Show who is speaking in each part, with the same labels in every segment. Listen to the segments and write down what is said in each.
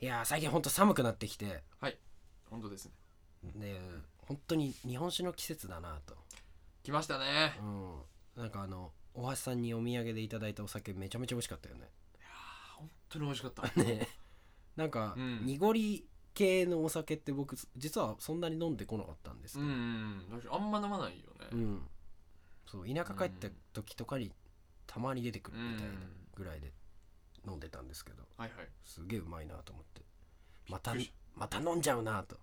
Speaker 1: いやー最近ほんと寒くなってきて
Speaker 2: はい本当ですね
Speaker 1: で本当に日本酒の季節だなと、
Speaker 2: 来ましたね
Speaker 1: うん、なんかあの大橋さんにお土産でいただいたお酒めちゃめちゃ美味しかったよ ね
Speaker 2: 本当に美味しかった
Speaker 1: ねなんか、
Speaker 2: うん
Speaker 1: 濁り系のお酒って僕実はそんなに飲んでこなかったんです
Speaker 2: う
Speaker 1: けど、
Speaker 2: ん確かにあんま飲まないよ
Speaker 1: うん
Speaker 2: ね
Speaker 1: そう田舎帰った時とかにたまに出てくるみたいな
Speaker 2: うん
Speaker 1: ぐらいで飲んでたんですけど
Speaker 2: はいはい
Speaker 1: すげえうまいなと思ってまた
Speaker 2: びっくりし
Speaker 1: また飲んじゃうなと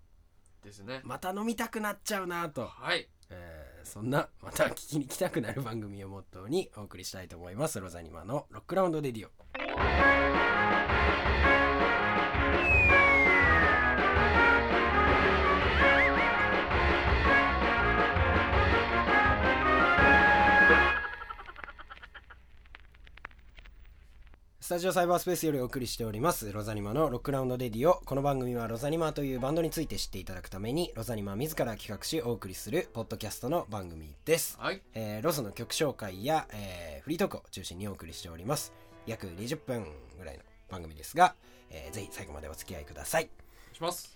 Speaker 2: ですね
Speaker 1: また飲みたくなっちゃうなと
Speaker 2: はい
Speaker 1: えーそんなまた聞きに来たくなる番組をモットーにお送りしたいと思いますロザニマのロックラウンドレディオスタジオサイバースペースよりお送りしておりますロザニマのロックラウンドレディオこの番組はロザニマというバンドについて知っていただくためにロザニマ自ら企画しお送りするポッドキャストの番組です
Speaker 2: はい
Speaker 1: えーロスの曲紹介や、えーフリートークを中心にお送りしております約20分ぐらいの番組ですが、えーぜひ最後までお付き合いください
Speaker 2: お願いします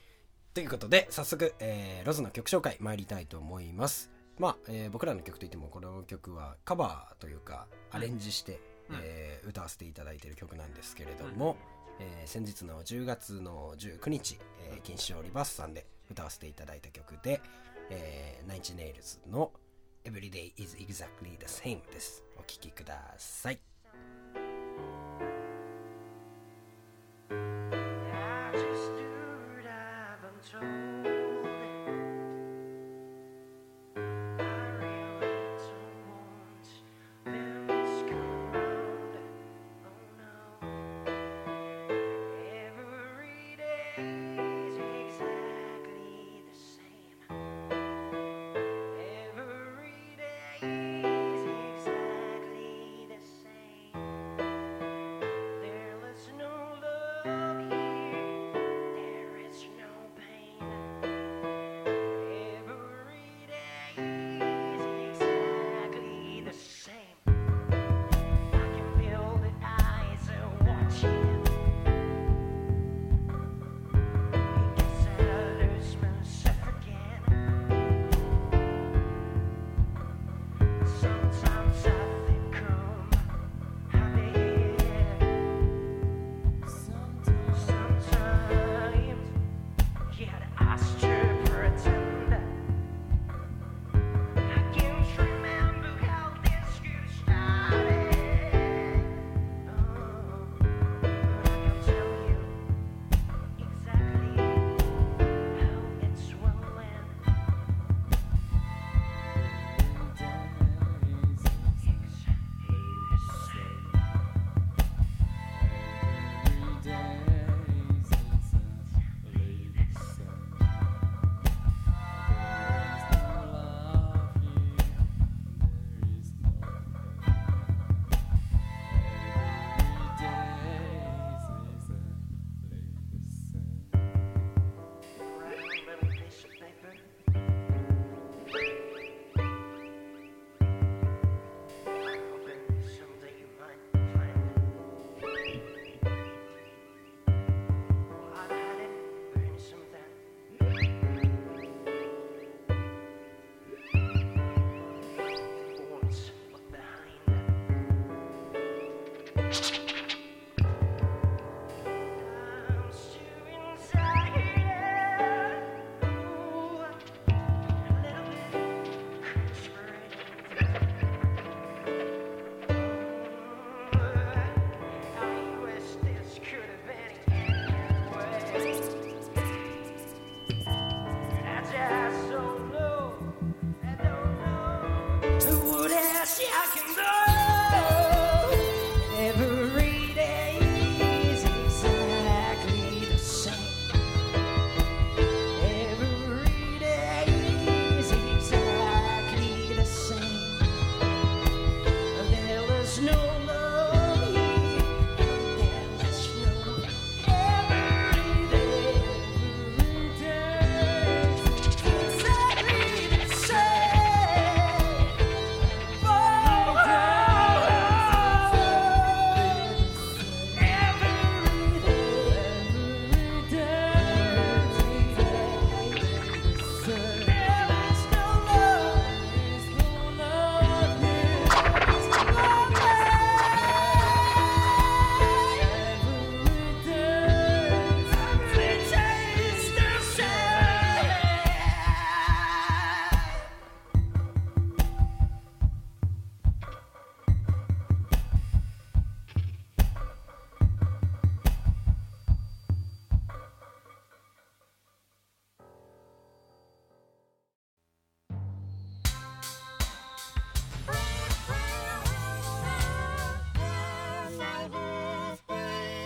Speaker 1: ということで早速、えーロスの曲紹介参りたいと思いますまあ、えー僕らの曲といってもこの曲はカバーというかアレンジして、
Speaker 2: うん
Speaker 1: えー歌わせていただいている曲なんですけれども、えー先日の10月の19日、えー、金賞リバースさんで歌わせていただいた曲で、えー、ナインチネイルズの「Everyday is exactly the same」ですお聴きください
Speaker 3: I just do what I've been told. I really don't want this come round. Oh no, every day's exactly the same. Every day's exactly the same.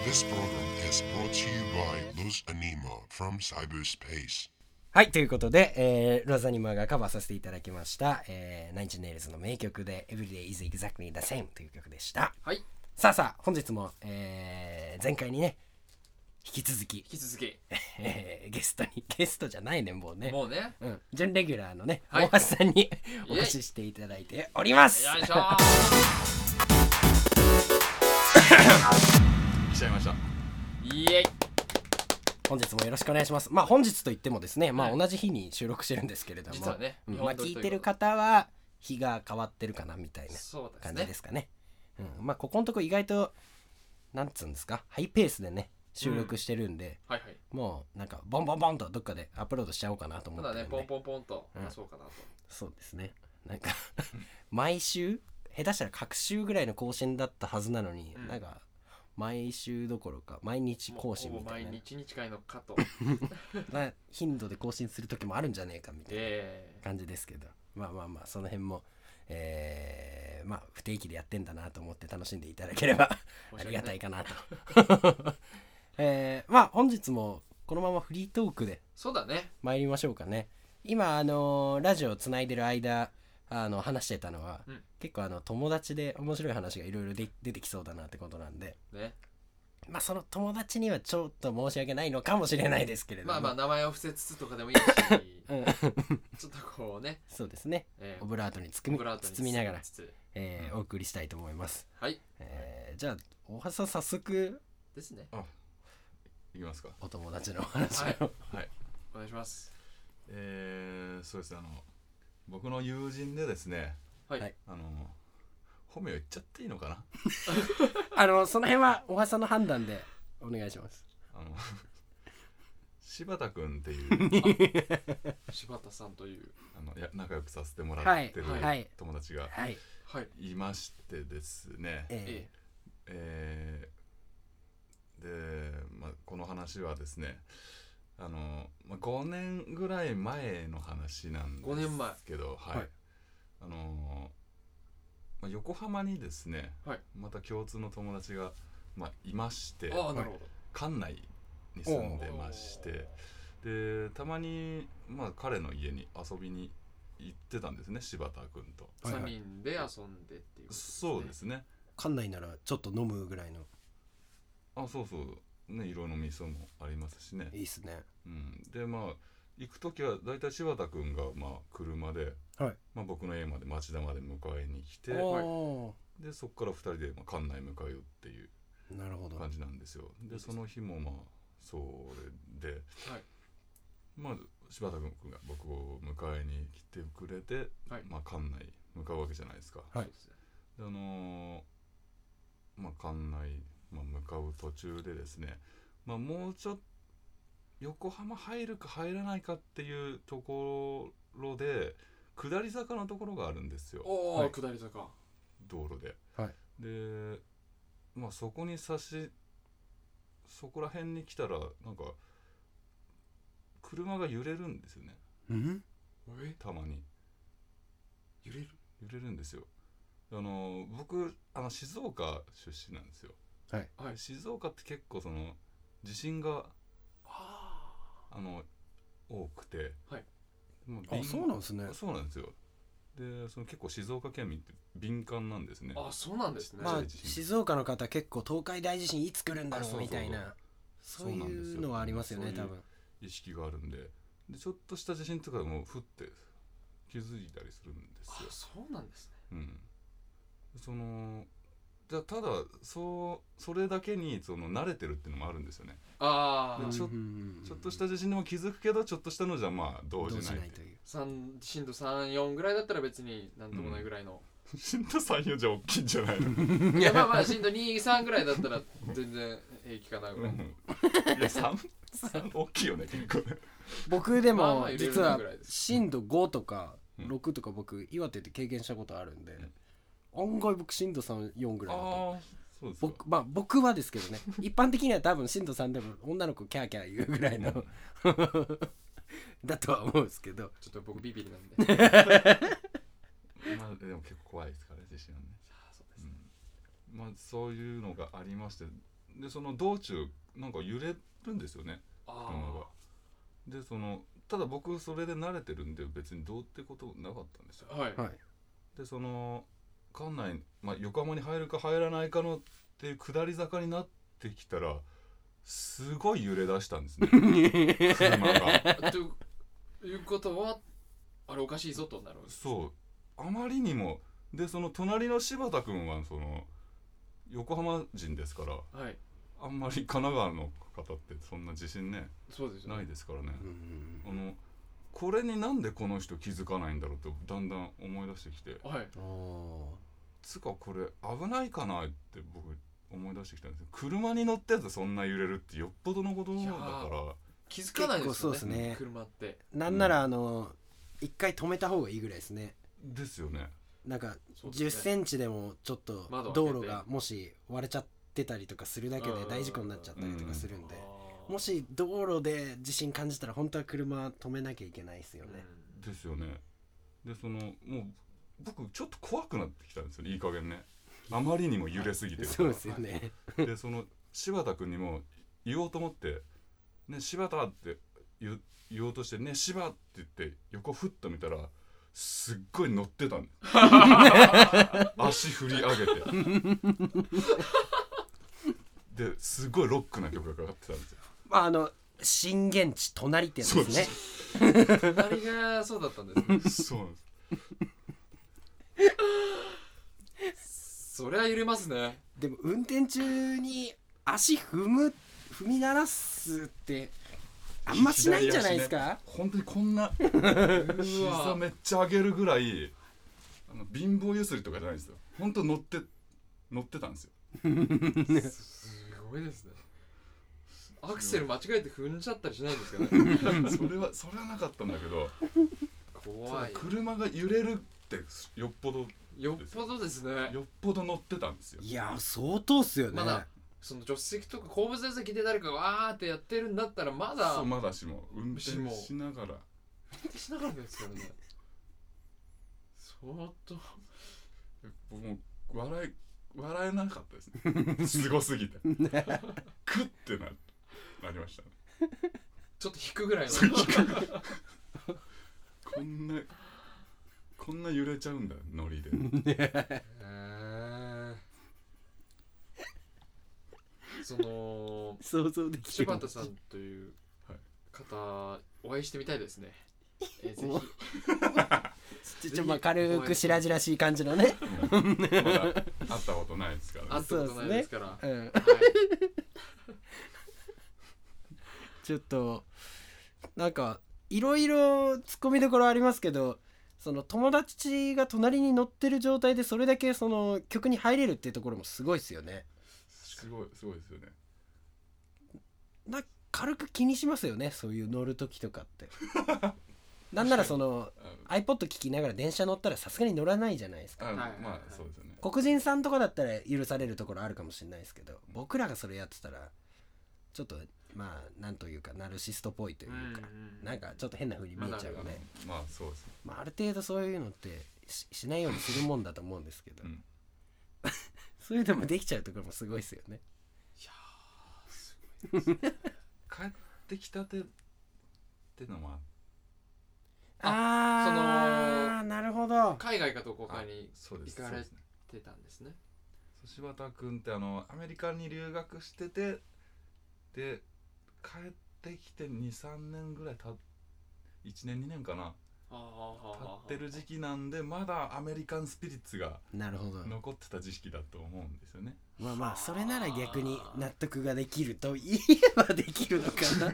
Speaker 4: This program is brought to you by Luz Anima from cyberspace.
Speaker 1: はい、ということで、えー、ロザニマがカバーさせていただきました、えー、ナインチネイルズの名曲で、Everyday is exactly the same という曲でした。
Speaker 2: はい引
Speaker 1: さあさあ、本日も、えー、前回にね、引き続き、
Speaker 2: き続き
Speaker 1: えー、ゲストに、 ゲストじゃないね、もうね。
Speaker 2: もうね
Speaker 1: うん、準レギュラーのね、
Speaker 2: はい
Speaker 1: 大橋さんにお越ししていただいております。
Speaker 2: よい しょー来ちゃいましたイエイ
Speaker 1: 本日もよろしくお願いします。まあ本日といってもですね、ま
Speaker 2: は
Speaker 1: あ
Speaker 2: い
Speaker 1: 同じ日に収録してるんですけれども、
Speaker 2: 実はね
Speaker 1: うん
Speaker 2: 日
Speaker 1: まあ
Speaker 2: 本撮り
Speaker 1: 聞い
Speaker 2: と
Speaker 1: て
Speaker 2: いう
Speaker 1: る
Speaker 2: こと
Speaker 1: 方は日が変わってるかなみたいな
Speaker 2: そうです
Speaker 1: 感じ
Speaker 2: ね
Speaker 1: ですかね。うん、まあここのとこ意外となんつうんですか、ハイペースでね収録してるんで、
Speaker 2: はいはい
Speaker 1: もうなんかボンボンボンとどっかでアップロードしちゃおうかなと思
Speaker 2: た
Speaker 1: って
Speaker 2: だ
Speaker 1: るんで
Speaker 2: ね、ポンポンポンと、
Speaker 1: うん
Speaker 2: そうかなと。
Speaker 1: そうですね。なんか 毎週下手したら隔週ぐらいの更新だったはずなのに、
Speaker 2: うん
Speaker 1: なんか毎週どころか毎日更新
Speaker 2: もう
Speaker 1: みたい
Speaker 2: ほぼ
Speaker 1: な
Speaker 2: 毎日に近いのかと。
Speaker 1: な頻度で更新する時もあるんじゃねえかみたいな
Speaker 2: で、
Speaker 1: 感じですけどまあまあまあその辺もえーまあ不定期でやってんだなと思って楽しんでいただければありがたいかなと えーまあ本日もこのままフリートークで
Speaker 2: そうだね。
Speaker 1: 参りましょうかね今あのーラジオをつないでる間あの話してたのは、
Speaker 2: うん
Speaker 1: 結構あの友達で面白い話がいろいろで出てきそうだなってことなんで
Speaker 2: ね。
Speaker 1: まあその友達にはちょっと申し訳ないのかもしれないですけれども
Speaker 2: まあまあ、名前を伏せつつとかでもいいし、
Speaker 1: うん
Speaker 2: ちょっとこうね、
Speaker 1: そうですね
Speaker 2: えー
Speaker 1: オブラートに包み
Speaker 2: オブラートに
Speaker 1: 包みながら、
Speaker 2: つつ
Speaker 1: えーお送りしたいと思います、
Speaker 2: はい。
Speaker 1: えーじゃあ大橋さん早速
Speaker 2: ですね。
Speaker 5: いきますか
Speaker 1: お友達のお話を、
Speaker 2: はい
Speaker 5: はい
Speaker 2: お願いします。
Speaker 5: えー、そうですねあの僕の友人でですね
Speaker 2: はい。
Speaker 1: はい
Speaker 5: あの本名言っちゃっていいのかな
Speaker 1: あのその辺は大橋さんの判断でお願いします
Speaker 5: あの 柴田君っていう
Speaker 2: 柴田さんという。
Speaker 5: あのや仲良くさせてもらってる
Speaker 2: はい
Speaker 1: はい
Speaker 5: 友達が
Speaker 1: はい
Speaker 2: はい。
Speaker 5: いましてですね、
Speaker 1: え
Speaker 2: え
Speaker 5: えーで、まあ、この話はですねあの、まあ、5年ぐらい前の話なんで
Speaker 2: 5年前
Speaker 5: すけどはい、
Speaker 1: はい
Speaker 5: あのまあ、横浜にですね、
Speaker 2: はい
Speaker 5: また共通の友達が、まあ、いまして
Speaker 2: ー、ああ、なるほど。
Speaker 5: 館内に住んでましてでたまに、まあ、彼の家に遊びに行ってたんですね柴田君と。
Speaker 1: はいはい
Speaker 2: 3人で遊んでっていう、
Speaker 5: そうですね
Speaker 1: 館内ならちょっと飲むぐらいの
Speaker 5: あそうそうね色の味噌もありますしね
Speaker 1: いいっすね
Speaker 5: うん、でまあ行く時は大体柴田君がまあ車で、
Speaker 1: はい
Speaker 5: まあ、僕の家まで町田まで迎えに来て
Speaker 1: お
Speaker 5: でそこから2人でまあ館内向かうっていう
Speaker 1: ーなるほど
Speaker 5: 感じなんですよでその日もまあそれで、
Speaker 2: はい
Speaker 5: まあ柴田君が僕を迎えに来てくれて、
Speaker 2: はい
Speaker 5: まあ、館内向かうわけじゃないですか。
Speaker 1: はい
Speaker 2: そうですね
Speaker 5: であのーまあ館内、まあ、向かう途中でですね、まあ、もうちょっと横浜入るか入らないかっていうところで下り坂のところがあるんですよ
Speaker 2: おお、
Speaker 1: はい
Speaker 2: 下り坂。
Speaker 5: 道路で、
Speaker 1: はい
Speaker 5: で、まあ、そこに差しそこら辺に来たらなんか車が揺れるんですよね
Speaker 1: うん
Speaker 2: え
Speaker 5: たまに
Speaker 2: 揺れる
Speaker 5: 揺れるんですよあの僕あの静岡出身なんですよ
Speaker 1: はい
Speaker 2: はい
Speaker 5: 静岡って結構その地震が
Speaker 2: あ
Speaker 5: あの多くて、
Speaker 2: はい
Speaker 5: もう
Speaker 1: あ
Speaker 5: 敏
Speaker 1: そうなんですね
Speaker 5: そうなんですよでその結構静岡県民って敏感なんですね
Speaker 2: ーあ、そうなんですね。
Speaker 1: まあ
Speaker 5: そうです
Speaker 1: 静岡の方結構東海大地震いつ来るんだろ
Speaker 5: あ
Speaker 1: う
Speaker 5: そうそう
Speaker 1: みたいなそう
Speaker 5: そうなんですよ
Speaker 1: いうのはありますよね
Speaker 5: そうい
Speaker 1: 多
Speaker 5: う
Speaker 1: 分
Speaker 5: 意識があるんででちょっとした地震とかでもふって気づいたりするんです
Speaker 2: あ
Speaker 5: よ、
Speaker 2: そうなんですね。
Speaker 5: うん、そのじゃあただそうそれだけにその慣れてるっていうのもあるんですよね
Speaker 2: あ
Speaker 5: で
Speaker 2: あ
Speaker 5: ち、ょちょっとした地震でも気づくけどちょっとしたのじゃまあ動
Speaker 1: 動
Speaker 5: じない
Speaker 1: じないという
Speaker 2: 三震度34ぐらいだったら別になんともないぐらいの、
Speaker 5: 震度3、4じゃ大きいんじゃないの
Speaker 2: いやまあまあ震度23ぐらいだったら全然平気かなぐ
Speaker 5: う
Speaker 2: らい、
Speaker 5: んいや、3、三大きいよね、結構ね。
Speaker 1: 僕で
Speaker 2: まあま
Speaker 1: も
Speaker 2: あ揺れる
Speaker 1: 実は
Speaker 2: ぐらいです
Speaker 1: 震度5とか
Speaker 5: うん
Speaker 1: 6とか僕岩手で経験したことあるんで案外僕震度34ぐらいだった
Speaker 5: あ、そうですか。
Speaker 1: 僕まあ僕はですけ どね一般的には多分震度3でも女の子キャーキャー言うぐらいの だとは思うんですけど
Speaker 2: ちょっと僕ビビりなん で
Speaker 5: まあ、でも結構怖いですからね、地震はね。
Speaker 2: あそうです
Speaker 5: まあ、そういうのがありまして、でその道中なんか揺れるんですよね
Speaker 2: あ
Speaker 5: 車がでそのただ僕それで慣れてるんで別にどうってことなかったんですよ
Speaker 2: あはい
Speaker 1: はい
Speaker 5: でその館内、まあ、横浜に入るか入らないかのっていう下り坂になってきたらすごい揺れ出したんですね車が
Speaker 2: ということはあれおかしいぞとなるんです
Speaker 5: そうあまりにもでその隣の柴田君はその横浜人ですから
Speaker 2: はい
Speaker 5: あんまり神奈川の方ってそんな自信ね
Speaker 2: そうですよね
Speaker 5: ないですからね
Speaker 1: うんうん
Speaker 5: あのこれになんでこの人気づかないんだろうってだんだん思い出してきて
Speaker 2: はい
Speaker 1: うんお
Speaker 5: つうかこれ危ないかなって僕思い出してきたんですよ車に乗ったやつそんな揺れるってよっぽどのことだ
Speaker 2: いや
Speaker 5: か
Speaker 2: 気づかないで
Speaker 1: 結
Speaker 2: す
Speaker 1: 構そう
Speaker 2: よ
Speaker 1: で
Speaker 2: ね
Speaker 1: すね
Speaker 2: 車って
Speaker 1: ーなんならあの一回止めた方がいいぐらいですね
Speaker 5: らですよね
Speaker 1: なんか
Speaker 2: そうですね
Speaker 1: 10センチでもちょっと
Speaker 2: 窓開け
Speaker 1: 道路
Speaker 2: て
Speaker 1: がもし割れちゃってたりとかするだけで
Speaker 2: うん
Speaker 1: 大事故になっちゃったりとかするんで
Speaker 2: あー
Speaker 1: もし道路で地震感じたら本当は車止めなきゃいけないですよね
Speaker 5: ですよねでそのもう僕ちょっと怖くなってきたんですよねいい加減ねあまりにも揺れすぎてるか
Speaker 1: そう
Speaker 5: ら
Speaker 1: ですよね
Speaker 5: でその柴田君にも言おうと思って「ね柴田」って言う言おうとして「ね柴」って言って横ふっと見たらすっごい乗って たんです足振り上げてですごいロックな曲がかかってたんですよ
Speaker 1: まああの震源地隣ってやつですね
Speaker 2: うん隣がそうだったん ですね
Speaker 5: そうなんです
Speaker 2: そりゃ揺れますね
Speaker 1: でも運転中に足踏む踏み鳴らすってあんましないんじゃないですか、
Speaker 5: 本当にこんな膝めっちゃ上げるぐらいあの貧乏ゆすりとかじゃないんですよ本当乗って乗ってたんですよ
Speaker 2: すごいですねアクセル間違えて踏んじゃったりしないんです かね
Speaker 5: それはそれはなかったんだけど
Speaker 2: 怖い
Speaker 5: 車が揺れるってよっぽど
Speaker 2: よっぽどですね
Speaker 5: よっぽど乗ってたんですよ
Speaker 1: いや相当っすよね、
Speaker 2: まだその助手席とか後部座席で誰かがわーってやってるんだったらまだ
Speaker 5: そうまだしも運転
Speaker 2: しも
Speaker 5: しながら
Speaker 2: しながらですからね相当
Speaker 5: 僕もう笑い笑えなかったですね すごすぎてクッてななりましたね
Speaker 2: ちょっと引くぐらいの
Speaker 5: こんなこんな揺れちゃうんだノリで
Speaker 2: へーその
Speaker 1: 想像できる
Speaker 2: 柴田さんという方お会いしてみたいですね、えーぜ
Speaker 1: お
Speaker 2: ひ
Speaker 1: ちょちょまあ軽く白々しい感じのね、
Speaker 5: まだ会ったことないですから、
Speaker 2: 会
Speaker 5: ね
Speaker 2: ったことないですから
Speaker 1: うん、
Speaker 2: はい
Speaker 1: ちょっとなんかいろいろツッコミどころありますけどその友達が隣に乗ってる状態でそれだけその曲に入れるっていうところもすごいですよね
Speaker 5: すごいすごいですよね
Speaker 1: な軽く気にしますよねそういう乗る時とかってなんならその
Speaker 5: あ
Speaker 1: iPod 聞きながら電車乗ったらさすがに乗らないじゃないですか
Speaker 5: あ、
Speaker 2: いはいはい
Speaker 5: まあそうですよね
Speaker 1: 黒人さんとかだったら許されるところあるかもしれないですけど僕らがそれやってたらちょっとまあなんというかナルシストっぽいというか
Speaker 2: うんうん
Speaker 1: なんかちょっと変な風に見えちゃうよね
Speaker 5: あのまあそうですね
Speaker 1: まあ、ある程度そういうのってししないようにするもんだと思うんですけど、
Speaker 5: うん
Speaker 1: そういうのもできちゃうところもすごいですよね
Speaker 5: 帰ってきたてってのもあ
Speaker 1: ああなるほど
Speaker 2: 海外かどこかに
Speaker 5: そうです
Speaker 2: 行か
Speaker 5: そう
Speaker 2: れ
Speaker 5: ですね
Speaker 2: てたんですね
Speaker 5: そう柴田君ってあのアメリカに留学しててで帰ってきて23年ぐらいた1年2年かな
Speaker 2: ああ
Speaker 5: 経ってる時期なんでまだアメリカンスピリッツが
Speaker 1: なるほど
Speaker 5: 残ってた時期だと思うんですよね
Speaker 1: まあまあそれなら逆に納得ができると言えばできるのかな
Speaker 5: か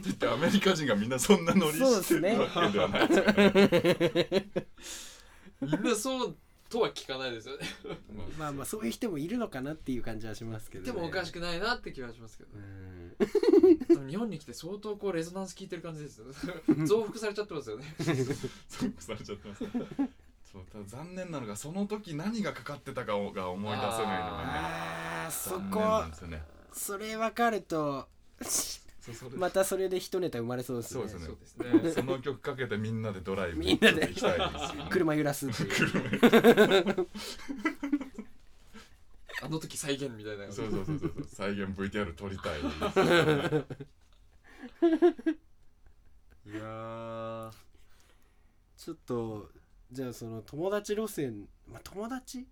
Speaker 5: といってアメリカ人がみんなそんなノリ
Speaker 1: そうで
Speaker 5: して
Speaker 1: すね
Speaker 5: るわけではないですよね
Speaker 2: みんなそうとは聞かないですよね
Speaker 1: まあまあそういう人もいるのかなっていう感じはしますけど、ね、
Speaker 2: でもおかし
Speaker 1: く
Speaker 2: くないなって気はしますけど
Speaker 1: う
Speaker 2: ね
Speaker 1: ん
Speaker 2: でも日本に来て相当こうレゾナンス聞いてる感じで すよね増幅されちゃってますよね
Speaker 5: そうされちゃってますねそうただ残念なのがその時何がかかってたかをが思い出せないのがね
Speaker 1: あーそ
Speaker 5: 残念
Speaker 1: こ
Speaker 5: なんですよね
Speaker 1: それ分かると
Speaker 5: そうそれ
Speaker 1: またそれで一ネタ生まれそうですね
Speaker 5: そうですね
Speaker 2: そうですね
Speaker 5: その曲かけてみんなでドライブ
Speaker 1: みんなで
Speaker 5: 行きたいですよね
Speaker 1: 車揺らすっていう
Speaker 2: あの時再現みたいな
Speaker 5: そうそうそうそうそう再現 VTR 撮りたい
Speaker 2: いやー
Speaker 1: ちょっとじゃあその友達路線まあ友達っ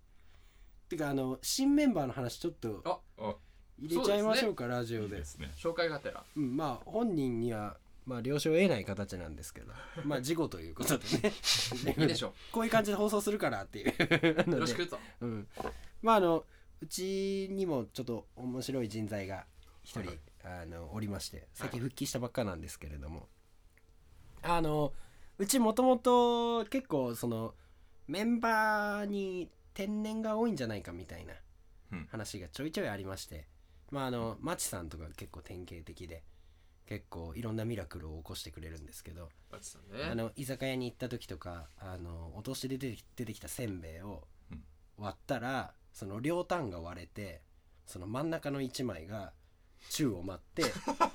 Speaker 1: てかあの新メンバーの話ちょっと
Speaker 2: あ
Speaker 5: あ
Speaker 1: 入れちゃいましょうかラジ
Speaker 5: い
Speaker 1: オ
Speaker 5: い
Speaker 1: で
Speaker 5: ですね
Speaker 2: 紹介がてら
Speaker 1: うん、まあ本人にはまあ了承を得ない形なんですけどまあ事故ということでね
Speaker 2: いいでしょ
Speaker 1: こういう感じで放送するからっていう
Speaker 2: う
Speaker 1: の
Speaker 2: よろし
Speaker 1: で
Speaker 2: くと
Speaker 1: うん、まああのうちにもちょっと面白い人材が一人、あのおりまして最近復帰したばっかなんですけれども、あのうちもともと結構そのメンバーに天然が多いんじゃないかみたいな
Speaker 5: うん
Speaker 1: 話がちょいちょいありまして、まああのマチさんとか結構典型的で結構いろんなミラクルを起こしてくれるんですけど
Speaker 2: バチさん
Speaker 1: あ
Speaker 2: ね
Speaker 1: の居酒屋に行った時とかあのお通しで出てき出てきたせんべいを
Speaker 5: うん
Speaker 1: 割ったらその両端が割れてその真ん中の1枚が宙を舞って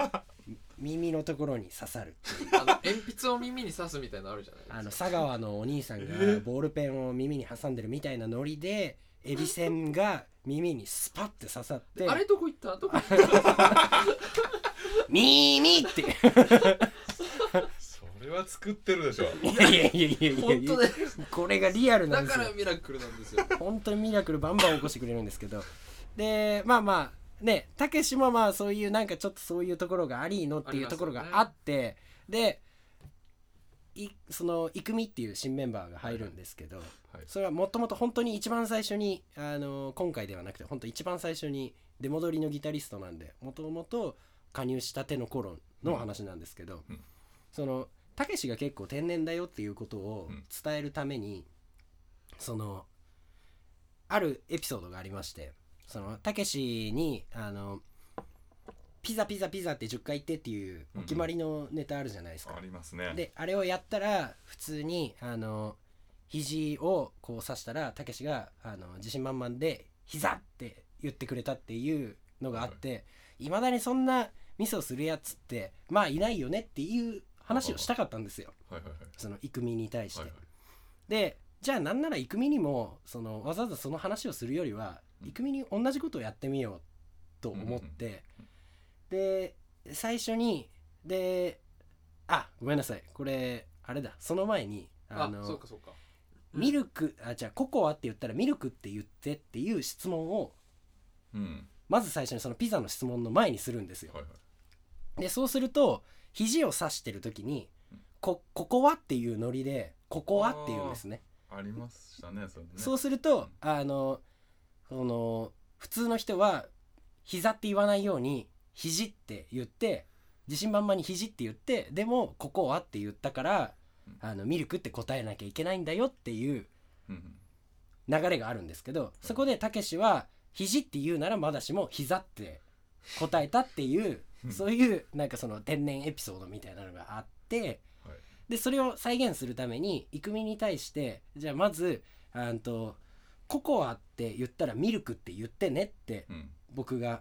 Speaker 1: み耳のところに刺さる
Speaker 2: あの鉛筆を耳に刺すみたいなのあるじゃないですか
Speaker 1: あの佐川のお兄さんがボールペンを耳に挟んでるみたいなノリでエビせんが耳にスパッて刺さって
Speaker 2: あれどこ行ったどこ行 った
Speaker 1: 「耳!」ってい
Speaker 5: それは作ってるでしょ
Speaker 1: やいやいやいやいや
Speaker 2: 本
Speaker 1: いや
Speaker 2: 当ね
Speaker 1: これがリアルな
Speaker 2: だ
Speaker 1: んです
Speaker 2: か
Speaker 1: よ
Speaker 2: らミラクルなんですよ
Speaker 1: 本当にミラクルバンバン起こしてくれるんですけどでまあまあねたけしもまあそういうなんかちょっとそういうところがありのっていうところがあってでいそのいくみっていう新メンバーが入るんですけど、
Speaker 5: はい
Speaker 1: それはもともと本当に一番最初にあの今回ではなくて本当一番最初に出戻りのギタリストなんでもともと加入したての頃の話なんですけど、
Speaker 5: うんうん
Speaker 1: そのたけしが結構天然だよっていうことを
Speaker 5: うん
Speaker 1: 伝えるために、そのあるエピソードがありましてそのたけしにあのピザピザピザって10回言ってっていうお決まりのネタあるじゃないですか
Speaker 5: あ、りますね
Speaker 1: であれをやったら普通にあの肘をこう刺したらたけしがあの自信満々で「膝!」って言ってくれたっていうのがあっていま、未だにそんなミスをするやつってまあいないよねっていう話をしたかったんですよ
Speaker 5: はいはいはい
Speaker 1: その育美に対して。
Speaker 5: はいはい
Speaker 1: でじゃあなんなら育美にもそのわざわざその話をするよりは
Speaker 5: うん
Speaker 1: 育美に同じことをやってみようと思って、で最初にであごめんなさいこれあれだその前にあ
Speaker 2: あ
Speaker 1: の
Speaker 2: そうかそうか
Speaker 1: ミルクあじゃあココアって言ったらミルクって言ってっていう質問を
Speaker 5: うん
Speaker 1: まず最初にそのピザの質問の前にするんですよ
Speaker 5: はいはい
Speaker 1: でそうすると肘を刺してる時にこ「ここは」っていうノリで「ここは」って言うんですね
Speaker 5: ありましたねそれね
Speaker 1: そうすると、あの、その、普通の人は、膝って言わないように、肘って言って、自信満々に肘って言って、でも、ここはって言ったから
Speaker 5: うん、
Speaker 1: あの、ミルクって答えなきゃいけないんだよっていう
Speaker 5: うんうん
Speaker 1: 流れがあるんですけど、そこでたけしは、肘って言うならまだしも、膝って答えたっていう
Speaker 5: う、ん
Speaker 1: そういう、なんかその天然エピソードみたいなのがあって、
Speaker 5: はい
Speaker 1: でそれを再現するために育美に対してじゃあまずあんとココアって言ったらミルクって言ってねって
Speaker 5: うん
Speaker 1: 僕が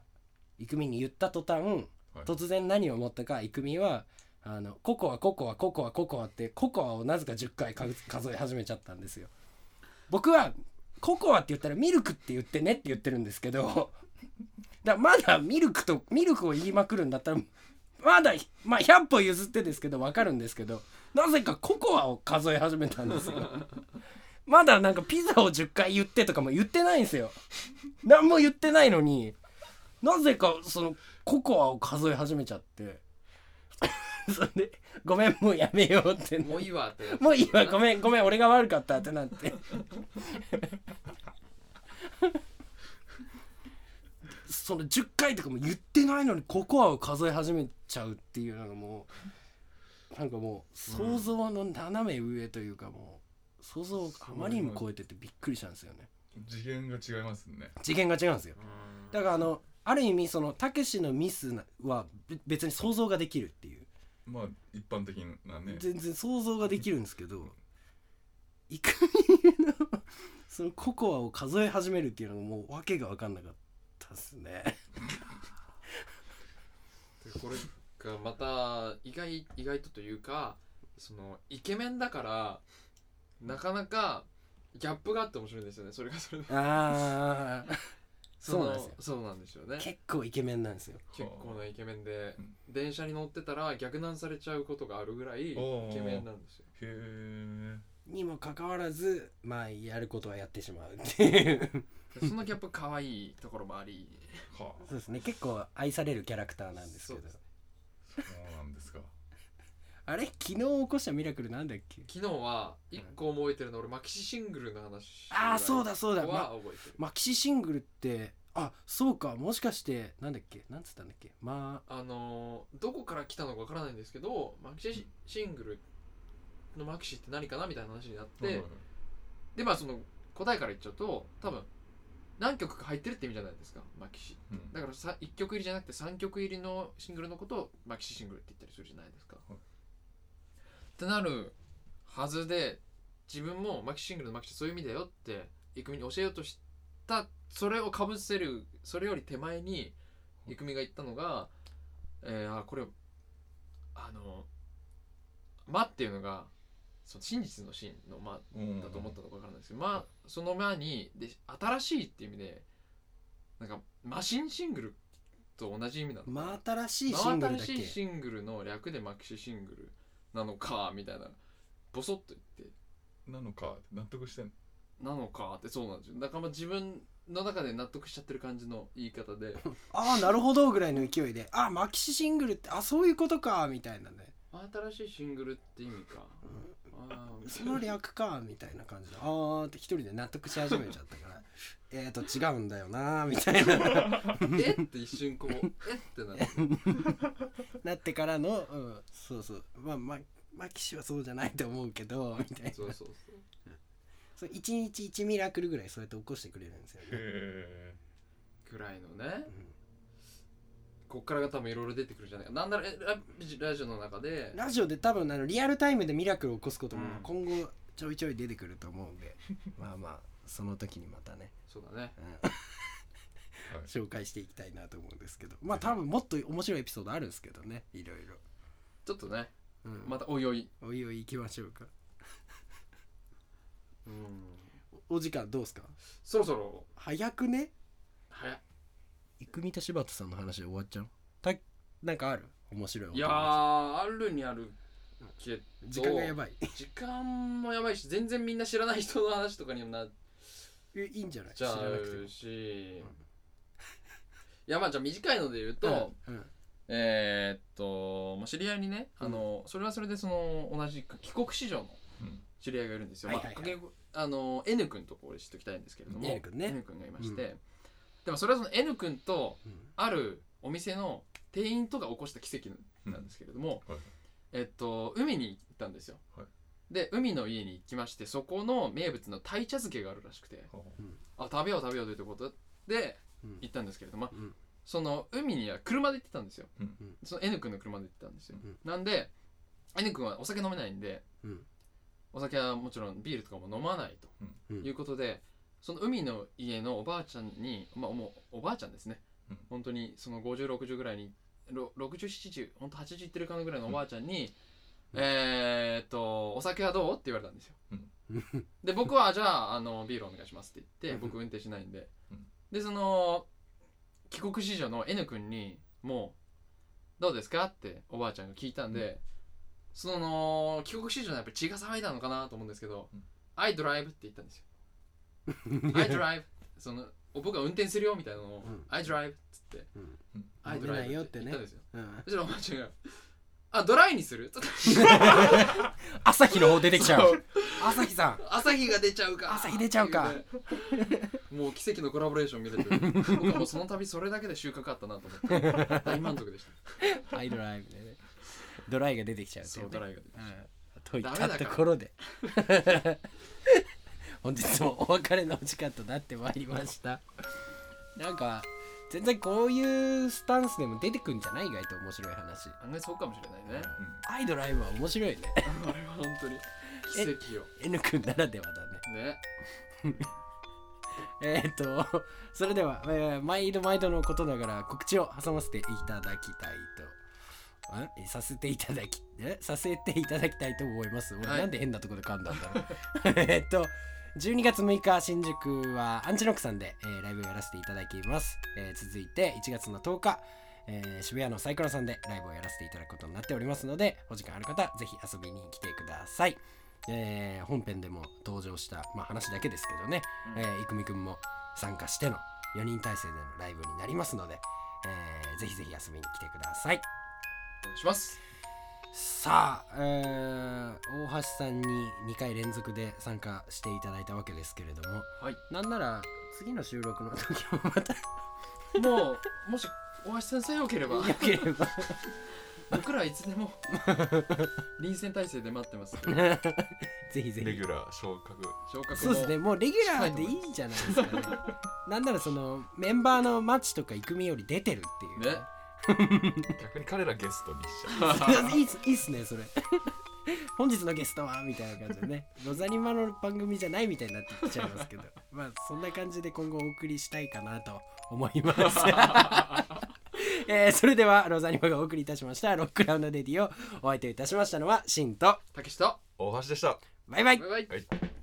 Speaker 1: 育美に言った途端、
Speaker 5: はい
Speaker 1: 突然何を思ったか育美はあのココアココアココアココアってココアをなぜか10回数数え始めちゃったんですよ。僕はココアって言ったらミルクって言ってねって言ってるんですけどだからまだミルクとミルクを言いまくるんだったらまだまあ100歩譲ってですけど分かるんですけどなぜかココアを数え始めたんですよまだなんかピザを10回言ってとかも言ってないんですよ何も言ってないのになぜかそのココアを数え始めちゃって それでごめんもうやめようってなって
Speaker 2: もういいわってなっちゃ
Speaker 1: もういいわ、ごめん、ごめん、俺が悪かったってなって。その10回とかも言ってないのにココアを数え始めちゃうっていうのがもうなんかもう想像の斜め上というかもう想像をあまりにも超えててびっくりしたんですよね
Speaker 5: 次元が違いますね
Speaker 1: 次元が違うんですよだからあのある意味そのたけしのミスはべ別に想像ができるっていう
Speaker 5: まあ一般的なね
Speaker 1: 全然想像ができるんですけど育美の そのココアを数え始めるっていうのがもう訳が分かんなかったですね
Speaker 2: うでこれがまた意外意外とというかそのイケメンだからなかなかギャップがあって面白いんですよねそれがそれで
Speaker 1: ああ そうなんですよ
Speaker 2: そうなんですよね
Speaker 1: 結構イケメンなんですよ
Speaker 2: 結構なイケメンで
Speaker 5: うん
Speaker 2: 電車に乗ってたら逆難されちゃうことがあるぐらいイ
Speaker 5: おー
Speaker 2: ケメンなんですよ
Speaker 5: へえ
Speaker 1: にもかかわらずまあやることはやってしまうっていう
Speaker 2: でそのギャップ可愛いところもあり
Speaker 5: はあ
Speaker 1: そうですね結構愛されるキャラクターなんですけど
Speaker 2: そうです
Speaker 5: そうなんですか
Speaker 1: あれ昨日起こしたミラクルなんだっけ
Speaker 2: 昨日は一個覚えてるの俺マキシシングルの話
Speaker 1: ああそうだそうだ、
Speaker 2: は
Speaker 1: ま、
Speaker 2: 覚えてる
Speaker 1: マキシシングルってあそうかもしかしてなんだっけなんつったんだっけま
Speaker 2: あのーどこから来たのかわからないんですけどマキシシングルのマキシって何かなみたいな話になって、
Speaker 5: はいはい
Speaker 2: でまあその答えから言っちゃうと多分何曲か入ってるって意味じゃないですかマキシ
Speaker 5: うん
Speaker 2: だからさ1曲入りじゃなくて3曲入りのシングルのことをマキシシングルって言ったりするじゃないですか。
Speaker 5: はい
Speaker 2: ってなるはずで自分もマキシシングルのマキシそういう意味だよってイクミに教えようとしたそれをかぶせるそれより手前にイクミが言ったのが「えー、あこれあの「ま」っていうのがその真実の真の「ま」
Speaker 5: うん
Speaker 2: だと思ったのかわからないですけど、まあ、その前にで新しいっていう意味でなんかマシンシングルと同じ意味なの
Speaker 1: あ
Speaker 2: か
Speaker 1: 真新
Speaker 2: な
Speaker 1: しいシングルだっ
Speaker 2: 真新しい
Speaker 1: け
Speaker 2: シングルの略でマキシシングルなのかみたいなボソッと言って
Speaker 5: なのかって納得してん
Speaker 2: なのかってそうなんですよだからまあ自分の中で納得しちゃってる感じの言い方 で
Speaker 1: ああなるほどぐらいの勢いであマキシシングルってあそういうことかみたいなね
Speaker 2: 真新しいシングルって意味かあー
Speaker 1: その略かみたいな感じであーって一人で納得し始めちゃったから えーと違うんだよなーみたいな
Speaker 2: えって一瞬こう えってなる
Speaker 1: なってからの、うん、そうそうまあまあマキシはそうじゃないと思うけど み たいな
Speaker 2: そうそうそう
Speaker 1: そう1日1ミラクルぐらいそうやって起こしてくれるんですよね、
Speaker 5: へ
Speaker 2: ぐらいのね
Speaker 1: うん
Speaker 2: こっからが多分いろいろ出てくるじゃないかなんならえララジオの中で
Speaker 1: ラジオで多分あのリアルタイムでミラクルを起こすことも
Speaker 2: うん
Speaker 1: 今後ちょいちょい出てくると思うんでまあまあその時にまたね、
Speaker 2: そうだね
Speaker 1: うん
Speaker 5: はい
Speaker 1: 紹介していきたいなと思うんですけどまあ多分もっと面白いエピソードあるんですけどねいろい
Speaker 2: ちょっとね
Speaker 1: ろ、うん
Speaker 2: またおいおい
Speaker 1: おいおい行きましょうか
Speaker 2: うん
Speaker 1: おお時間どうですか
Speaker 2: そろそろ
Speaker 1: 早くね
Speaker 2: 早い
Speaker 1: 生見と柴田さんの話で終わっちゃうたなんかある面白いお
Speaker 2: いやーあるにあるけど
Speaker 1: 時間がやばい
Speaker 2: 時間もやばいし全然みんな知らない人の話とかにもなっ
Speaker 1: えいいんじゃない
Speaker 2: ちゃ
Speaker 1: 知らなくても
Speaker 2: うしいやまあじゃあ短いので言うと、
Speaker 1: うんうん
Speaker 2: えーっとまあ知り合いにねあの、それはそれでその同じく帰国子女の
Speaker 5: うん
Speaker 2: 知り合いがいるんですよ、
Speaker 1: はいはいはい
Speaker 2: まあ、あの N 君とこれ知っておきたいんですけれども
Speaker 1: N 君ね
Speaker 2: N 君がいまして、でもそれはその N 君と
Speaker 1: うん
Speaker 2: あるお店の店員とか起こした奇跡なんですけれども、
Speaker 5: うんはい
Speaker 2: えっと海に行ったんですよ、
Speaker 5: はい
Speaker 2: で海の家に行きましてそこの名物の鯛茶漬けがあるらしくて
Speaker 5: は
Speaker 2: あ食べよう食べようということで
Speaker 1: うん
Speaker 2: 行ったんですけれども、
Speaker 1: うん
Speaker 2: その海には車で行ってたんですよ、
Speaker 5: うん
Speaker 1: うん
Speaker 2: その N 君の車で行ってたんですよ、
Speaker 1: うん
Speaker 2: なんで N 君はお酒飲めないんで
Speaker 1: うん
Speaker 2: お酒はもちろんビールとかも飲まないと
Speaker 1: うん
Speaker 2: いうことで、その海の家のおばあちゃんに、まあ、もうおばあちゃんですね、
Speaker 5: うん
Speaker 2: 本当にその5060ぐらいに6070本当80いってるかなぐらいのおばあちゃんに、
Speaker 1: うん
Speaker 2: えーっとお酒はどうって言われたんですよ
Speaker 1: うん
Speaker 2: で僕はじゃああのビールお願いしますって言って
Speaker 1: うん
Speaker 2: 僕運転しないんで、
Speaker 5: うん
Speaker 2: でその帰国子女の N 君にもう「どうですか?」っておばあちゃんが聞いたんで、その帰国子女のやっぱり血が騒いだのかなと思うんですけど
Speaker 5: うん
Speaker 2: 「I drive」って言ったんですよ 「I drive」そのお僕が運転するよみたいなのを
Speaker 1: うん
Speaker 2: 「I drive」っつって
Speaker 1: うん
Speaker 2: 「I
Speaker 1: 飲めないよ
Speaker 2: drive」
Speaker 1: っ
Speaker 2: って
Speaker 1: て
Speaker 2: 言っ
Speaker 1: ね
Speaker 2: たんですよ
Speaker 1: うん
Speaker 2: そしたらおばあちゃんが「あドライにする?」ちょっと
Speaker 1: 朝日の方出てきちゃ
Speaker 2: そう
Speaker 1: 朝日さん
Speaker 2: 朝日が出ちゃうか
Speaker 1: 朝日出ちゃうか
Speaker 2: もう奇跡のコラボレーション見れてる僕はもうその度それだけで収穫あったなと思って大満足でし
Speaker 1: アイドライブでねドライが出てきちゃ
Speaker 2: た
Speaker 1: うって
Speaker 2: そ
Speaker 1: いうう
Speaker 2: ド
Speaker 1: ね
Speaker 2: ライが出て
Speaker 1: うんといったところで 本日もお別れのお時間となってまいりましたなんか全然こういうスタンスでも出てくんじゃない意外と面白い話
Speaker 2: 案外そうかもしれないね
Speaker 1: アイドライブは面白いね
Speaker 2: あれは本当に奇跡よ
Speaker 1: N 君ならではだね
Speaker 2: ね
Speaker 1: えーっとそれでは、えー毎度毎度のことながら告知を挟ませていただきたいとんえさせていただきえさせていただきたいと思います俺、
Speaker 2: はい
Speaker 1: なんで変なとこで噛んだんだろうえーっと12月6日新宿はアンチノックさんで、えーライブをやらせていただきます、えー続いて1月の10日、えー渋谷のサイクロさんでライブをやらせていただくことになっておりますのでお時間ある方ぜひ遊びに来てください、えー本編でも登場した、まあ、話だけですけどね、
Speaker 2: うん
Speaker 1: えー、いくみくんも参加しての4人体制でのライブになりますので、えーぜひぜひ遊びに来てください
Speaker 2: 願いします
Speaker 1: さあ、えー大橋さんに2回連続で参加していただいたわけですけれども、
Speaker 2: はい
Speaker 1: なんなら次の収録の時もまた
Speaker 2: もうもし大橋先生よければ
Speaker 1: よければ
Speaker 2: 僕らいつ でも臨戦態勢で待ってます
Speaker 1: ぜひぜ
Speaker 5: レギ
Speaker 1: ひ
Speaker 5: ュラー昇格
Speaker 2: 昇格も
Speaker 1: そうですねもうレギュラーでいいんじゃないですか ねなんならそのメンバーのマッチとかイクミより出てるっていう
Speaker 2: ね
Speaker 5: 逆に彼らゲストにしちゃう
Speaker 1: いいっすいいっすねそれ 本日のゲストはみたいな感じでねロザニマの番組じゃないみたいになってきちゃいますけどまあそんな感じで今後お送りしたいかなと思いますえーそれではロザニマがお送りいたしましたロックラウンドレディをお相手いたしましたのはシンと
Speaker 2: 竹下
Speaker 5: 大橋でした
Speaker 1: バイバイ
Speaker 2: バイバイ
Speaker 5: はい